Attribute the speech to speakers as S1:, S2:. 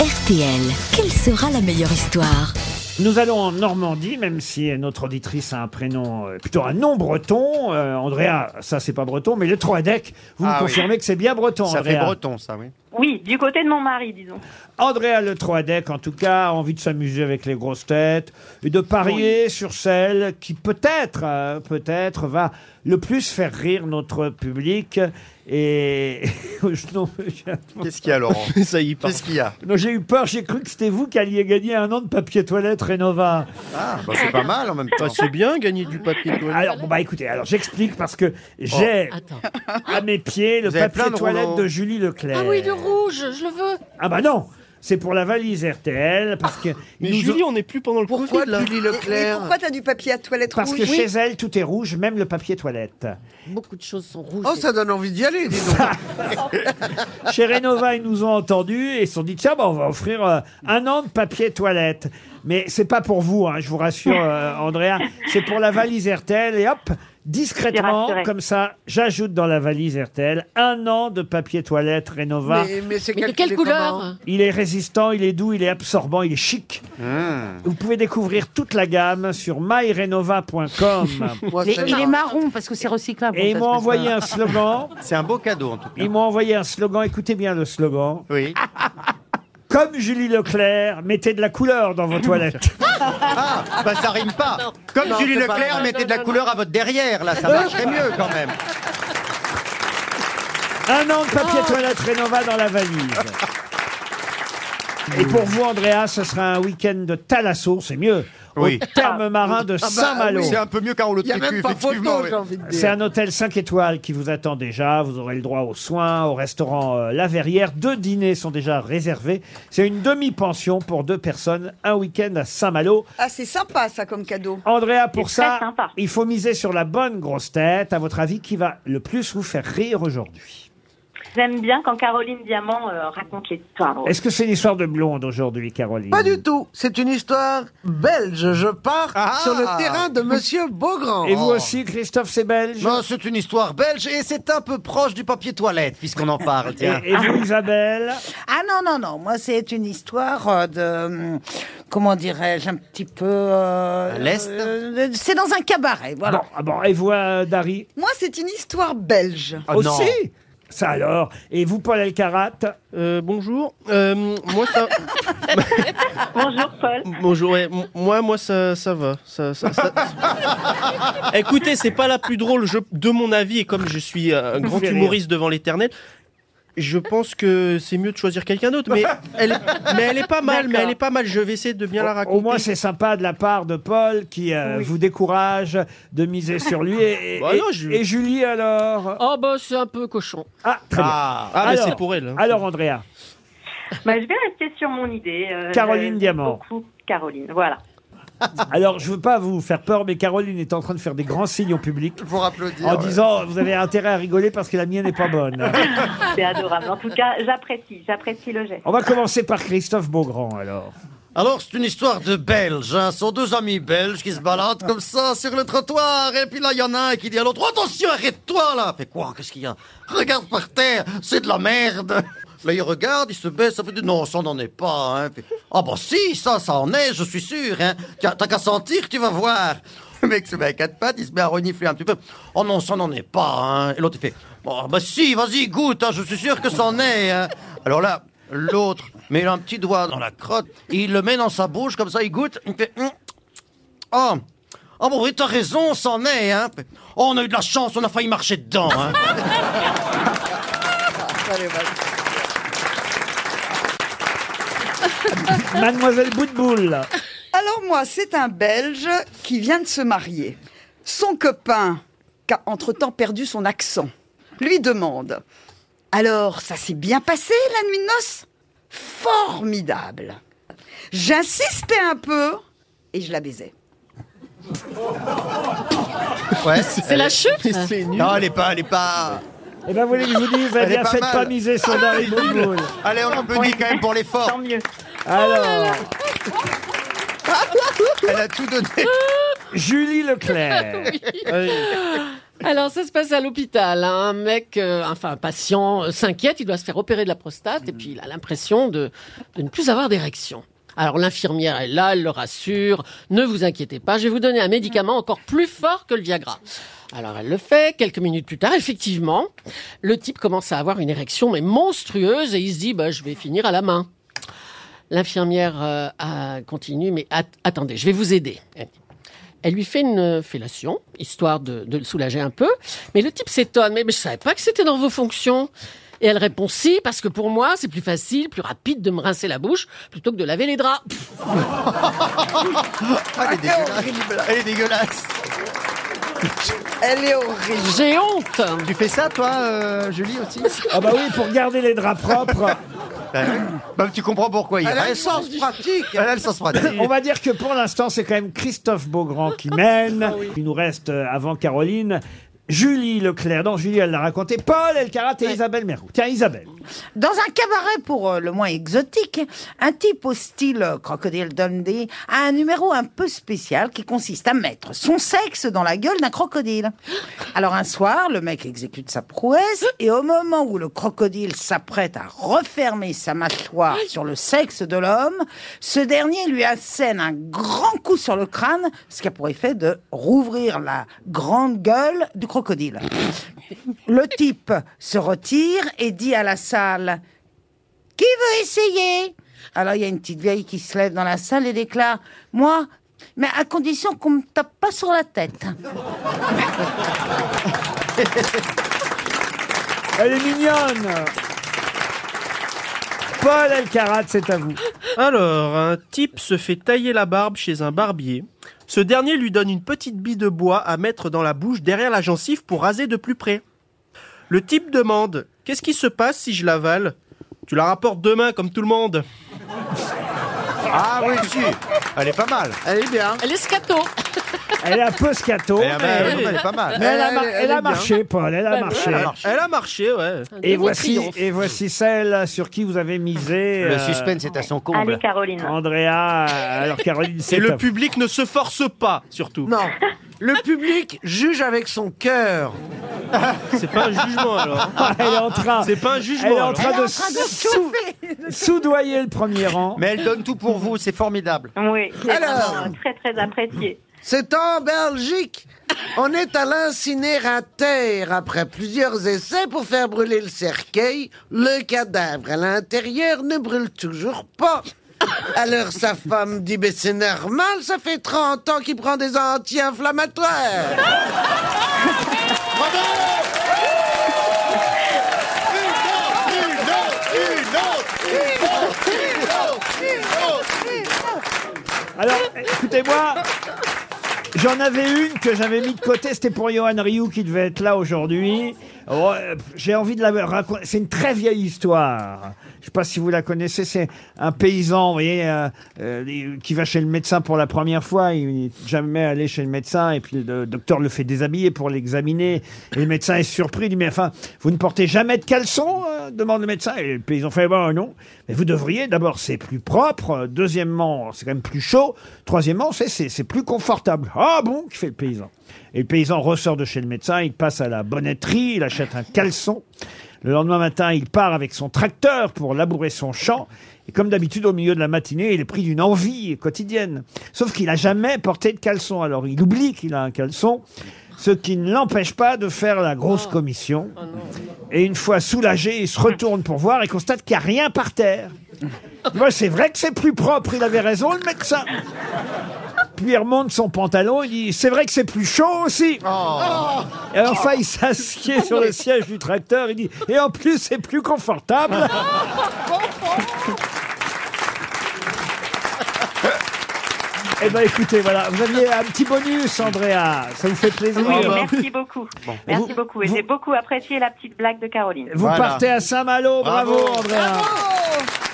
S1: RTL, quelle sera la meilleure histoire
S2: Nous allons en Normandie, même si notre auditrice a un prénom euh, plutôt un nom breton. Euh, Andrea, ça c'est pas breton, mais le Troadec, vous me
S3: Ah oui.
S2: confirmez que c'est bien breton.
S3: Ça fait
S2: Andrea.
S3: breton, ça, oui.
S4: Oui, du côté de mon mari, disons.
S2: Andrea le Troadec, en tout cas, a envie de s'amuser avec les grosses têtes et de parier sur celle qui peut-être, euh, peut-être, va le plus faire rire notre public. Et non, j'ai-
S3: Qu'est-ce qu'il y a, Laurent
S5: Ça y est,
S3: Qu'est-ce qu'il y a
S2: non, j'ai eu peur, j'ai cru que c'était vous qui alliez gagner un an de papier toilette Renova.
S3: Ah, bah, c'est pas mal en même temps.
S5: c'est bien gagner du papier toilette.
S2: Alors, bon, bah écoutez, alors j'explique parce que j'ai à mes pieds le
S3: Oh, Vous avez
S2: papier
S3: plein de
S2: toilette
S3: rouleaux.
S2: de Julie Leclerc.
S6: Ah oui, de rouge, je le veux.
S2: Ah bah non c'est pour la valise RTL parce que
S3: Ah,
S5: Mais
S2: Ah, nous-
S5: Julie, on n'est plus pendant le
S3: Pourquoi
S5: Covid là.
S3: Julie
S7: Mais
S3: Leclerc
S7: pourquoi t'as du papier à toilette
S2: parce
S7: rouge
S2: que chez elle tout est rouge même le papier toilette.
S6: Beaucoup de choses sont rouges.
S3: Oh, ça donne envie d'y aller, dis donc.
S2: Chez Renova, ils nous ont entendus et ils se sont dit tiens, bah, on va offrir euh, un an de papier toilette. Mais c'est pas pour vous, hein, je vous rassure, euh, Andrea. C'est pour la valise RTL et hop, discrètement,
S4: Je suis rassurée.
S2: comme ça, j'ajoute dans la valise RTL un an de papier toilette Renova.
S3: c'est
S6: Mais de quelle couleur
S2: Il est résistant, il est doux, il est absorbant, il est chic. Vous pouvez découvrir toute la gamme sur myrenova.com.
S6: Mais Il est marron parce que c'est recyclable.
S2: et ils
S6: ça,
S2: m'ont
S6: c'est
S2: envoyé un slogan.
S3: C'est un beau cadeau, en tout cas.
S2: Ils m'ont envoyé un slogan. Écoutez bien le slogan.
S3: Oui.
S2: Comme Julie Leclerc, mettez de la couleur dans vos toilettes.
S3: Ah, bah ça rime pas. Comme Julie
S6: c'est pas
S3: Leclerc,
S6: vrai.
S3: mettez de la
S6: Non,
S3: couleur à votre derrière, là, ça marcherait mieux quand même.
S2: Un an de papier toilette Rénova dans la valise. Et pour vous, Andrea, ce sera un week-end de Talasso, c'est mieux.
S3: Oui. Ah bah
S2: Au terme marin de Saint-Malo.
S3: C'est un peu mieux qu'un rouleau de
S5: Il y a
S3: PQ,
S5: même pas
S3: effectivement.
S5: photo,
S3: oui.
S5: j'ai envie de
S2: C'est
S5: dire.
S2: un hôtel 5 étoiles qui vous attend déjà. Vous aurez le droit aux soins, au restaurant euh, La Verrière. Deux dîners sont déjà réservés. C'est une demi-pension pour deux personnes, un week-end à Saint-Malo.
S7: Ah, c'est sympa ça comme cadeau.
S2: Andrea, pour
S4: C'est très
S2: ça,
S4: sympa.
S2: il faut miser sur la bonne grosse tête. À votre avis, qui va le plus vous faire rire aujourd'hui
S4: J'aime bien quand Caroline Diamant euh, raconte les histoires. drôles.
S2: Est-ce que c'est une histoire de blonde aujourd'hui, Caroline
S8: Pas du tout. C'est une histoire belge. Je pars
S3: Ah
S8: sur le terrain de Monsieur Beaugrand.
S2: Et vous aussi, Christophe, c'est belge
S3: Non, c'est une histoire belge et c'est un peu proche du papier toilette, puisqu'on en parle,
S2: Et,
S3: tiens.
S2: et vous, Isabelle
S9: Ah non, non, non, moi c'est une histoire euh, de, hum, comment dirais-je, un petit peu... euh,
S3: À l'Est
S9: euh, C'est dans un cabaret, voilà.
S2: bon, ah bon, et vous, euh, Dari
S7: Moi, c'est une histoire belge.
S3: Ah, non.
S2: Aussi Ça alors Et vous, Paul Elkarat
S5: Euh, bonjour. Euh, moi ça.
S4: Bonjour Paul.
S5: bonjour. ouais, m- moi, moi ça, ça va. Ça- ça- ça- Écoutez, c'est pas la plus drôle je- de mon avis et comme je suis euh, un grand
S2: fait rire.
S5: humoriste devant l'éternel. Je pense que c'est mieux de choisir quelqu'un d'autre, mais elle, est- mais elle est pas mal, mais elle est pas mal. Je vais essayer de bien la
S2: Au-
S5: raconter.
S2: Au moins, c'est sympa de la part de Paul qui euh, vous décourage de miser sur lui. Et, et-
S5: Bah non,
S2: et-
S5: je-
S2: et Julie, alors
S6: Oh bah c'est un peu cochon.
S2: Ah, très
S3: Ah,
S5: Ah, mais
S2: Alors-
S5: c'est pour elle. hein.
S2: bien. Alors, Andrea,
S4: Bah, je vais rester sur mon idée. euh,
S2: Caroline
S4: j'aime
S2: Diamant.
S4: Beaucoup Caroline, voilà.
S2: alors je veux pas vous faire peur, mais Caroline est en train de faire des grands signes au public
S3: pour applaudir.
S2: en
S5: Ah
S3: ouais.
S2: disant Vous avez intérêt à rigoler parce que la mienne n'est pas bonne.
S4: C'est adorable. En tout cas, j'apprécie, j'apprécie le geste.
S2: On va commencer par Christophe Beaugrand, alors.
S3: Alors, c'est une histoire de Belges. Hein. Ce sont deux amis belges qui se baladent comme ça sur le trottoir. Et puis là, il y en a un qui dit à l'autre Attention, arrête-toi là Fait quoi Qu'est-ce qu'il y a Regarde par terre, c'est de la merde Là, il regarde, il se baisse, ça fait du- Non, ça n'en est pas. Hein. Fait, ah, bah si, ça, ça en est, je suis sûr. Hein. Tiens, T'as qu'à sentir, tu vas voir. Le mec se met à quatre pattes, il se met à renifler un petit peu. Oh non, ça n'en est pas. Hein. Et l'autre, il fait Bon, bah si, vas-y, goûte, hein, je suis sûr que ça en est. Hein. Alors là, L'autre met un petit doigt dans la crotte, il le met dans sa bouche comme ça, il goûte, il fait Hum, Oh, oh bon, oui, t'as raison, c'en est, hein. Oh, on a eu de la chance, on a failli marcher dedans, hein.
S2: Mademoiselle Boutboul.
S7: Alors moi, c'est un Belge qui vient de se marier. Son copain, qui a entre-temps perdu son accent, lui demande « Alors, ça s'est bien passé la nuit de noces Formidable !» J'insistais un peu et je la baisais.
S3: Ouais.
S6: C'est la chute
S2: Ah.
S5: C'est nul.
S3: Non, elle est pas, elle est pas.
S2: Eh ben, vous voulez que je vous dise, vous avez
S3: Elle est
S2: bien
S3: pas
S2: fait de
S3: mal.
S2: pas miser sur Dari Boutboul.
S3: Allez, on applaudit quand même pour l'effort.
S4: Tant mieux.
S3: Oh
S2: Alors,
S3: Elle a tout donné.
S2: Julie Leclerc.
S5: Allez.
S6: Alors, ça se passe à l'hôpital. Un mec, euh, enfin, un patient euh, s'inquiète, il doit se faire opérer de la prostate et puis il a l'impression de, de ne plus avoir d'érection. Alors, l'infirmière est là, elle le rassure. Ne vous inquiétez pas, je vais vous donner un médicament encore plus fort que le Viagra. Alors, elle le fait. Quelques minutes plus tard, effectivement, le type commence à avoir une érection, mais monstrueuse, et il se dit, bah, je vais finir à la main. L'infirmière euh, a- continue, mais at- attendez, je vais vous aider. Elle dit. Elle lui fait une euh, fellation, histoire de, de le soulager un peu. Mais le type s'étonne. Mais, mais je savais pas que c'était dans vos fonctions. Et elle répond si, parce que pour moi, c'est plus facile, plus rapide de me rincer la bouche plutôt que de laver les draps. Pff,
S3: Ah, elle est dégueulasse. Elle est dégueulasse.
S7: Elle est horrible.
S6: J'ai honte.
S3: Tu fais ça, toi, euh, Julie, aussi
S2: Ah bah oui, pour garder les draps propres.
S3: bah, Tu comprends pourquoi il
S8: Elle a le
S3: reste.
S8: sens pratique.
S3: Elle a le sens pratique.
S2: On va dire que pour l'instant, c'est quand même Christophe Beaugrand qui mène. Il nous reste, euh, avant Caroline, Julie Leclerc. Non, Julie, elle l'a raconté. Paul Elkarat et Isabelle Merou. Tiens, Isabelle.
S9: Dans un cabaret pour euh, le moins exotique, un type au style euh, Crocodile Dundee a un numéro un peu spécial qui consiste à mettre son sexe dans la gueule d'un crocodile. Alors un soir, le mec exécute sa prouesse et au moment où le crocodile s'apprête à refermer sa mâchoire sur le sexe de l'homme, ce dernier lui assène un grand coup sur le crâne, ce qui a pour effet de rouvrir la grande gueule du crocodile. Le type se retire et dit à la salle Qui veut essayer Alors il y a une petite vieille qui se lève dans la salle et déclare Moi, mais à condition qu'on me tape pas sur la tête.
S2: Elle est mignonne. Paul Elkarat, c'est à vous.
S5: Alors, un type se fait tailler la barbe chez un barbier. Ce dernier lui donne une petite bille de bois à mettre dans la bouche derrière la gencive pour raser de plus près. Le type demande Qu'est-ce qui se passe si je l'avale Tu la rapportes demain comme tout le monde.
S3: Ah oui, si. Elle est pas mal.
S8: Elle est Eh bien.
S6: Elle est scato.
S2: Elle est un peu scato.
S3: Elle, est-
S5: elle-
S3: Eh ben, elle est pas mal.
S2: Mais elle, a, mar-
S8: elle- elle
S2: elle a
S8: est bien.
S2: marché, Paul, elle a
S6: Bah,
S2: marché.
S5: Elle
S3: voilà.
S5: a, elle a marché, ouais.
S2: Et
S6: Nouveau
S2: voici,
S6: triomphe.
S2: et voici celle sur qui vous avez misé.
S3: Le
S2: euh,
S3: suspense est à son
S4: Allez,
S3: comble.
S4: Caroline.
S2: Andrea, alors Caroline,
S5: Et
S2: c'est à
S5: le
S2: vous.
S5: public ne se force pas, surtout.
S8: Non. Le public juge avec son cœur.
S5: C'est pas un jugement alors.
S2: Ah, Elle est en train,
S5: C'est pas un
S2: elle est
S5: jugement.
S2: en
S5: alors.
S2: train de, sou- soudoyer le premier rang.
S3: Mais elle donne tout pour vous, c'est formidable.
S4: Oui, c'est
S8: Alors.
S4: vraiment, euh, très très apprécié.
S8: C'est en Belgique. On est à l'incinérateur après plusieurs essais pour faire brûler le cercueil. Le cadavre à l'intérieur ne brûle toujours pas. Alors sa femme dit mais c'est normal, ça fait 30 ans qu'il prend des anti-inflammatoires.
S2: Alors, écoutez-moi, j'en avais une que j'avais mis de côté, c'était pour Johan Rioux qui devait être là aujourd'hui. Oh, euh, J'ai envie de la raconter. C'est une très vieille histoire. Je sais pas si vous la connaissez. C'est un paysan, vous voyez, euh, euh, les- qui va chez le médecin pour la première fois. Il n'est jamais allé chez le médecin et puis le docteur le fait déshabiller pour l'examiner. Et le médecin est surpris. Il dit mais enfin, vous ne portez jamais de caleçon euh, demande le médecin. Et le paysan fait ben non. Mais vous devriez d'abord, c'est plus propre. Euh, Deuxièmement, c'est quand même plus chaud. Troisièmement, c'est- c'est c'est plus confortable. Ah bon, qui fait le paysan. Et le paysan ressort de chez le médecin, il passe à la bonnetterie, il achète un caleçon. Le lendemain matin, il part avec son tracteur pour labourer son champ. Et comme d'habitude, au milieu de la matinée, il est pris d'une envie quotidienne. Sauf qu'il n'a jamais porté de caleçon. Alors il oublie qu'il a un caleçon, ce qui ne l'empêche pas de faire la grosse commission. Et une fois soulagé, il se retourne pour voir et constate qu'il n'y a rien par terre. Moi, c'est vrai que c'est plus propre, il avait raison, le médecin. Puis il remonte son pantalon, il dit C'est vrai que c'est plus chaud aussi. Et enfin, il s'assied sur le siège du tracteur, il dit Et en plus, c'est plus confortable. Eh ben écoutez, voilà, vous aviez un petit bonus, Andrea. Ça vous fait plaisir.
S4: Oui, oh ben.
S5: bah
S4: merci beaucoup. Merci beaucoup. Et j'ai beaucoup apprécié la petite blague de Caroline.
S2: Vous
S3: Voilà.
S2: partez à Saint-Malo, bravo,
S3: Bravo.
S2: Andrea.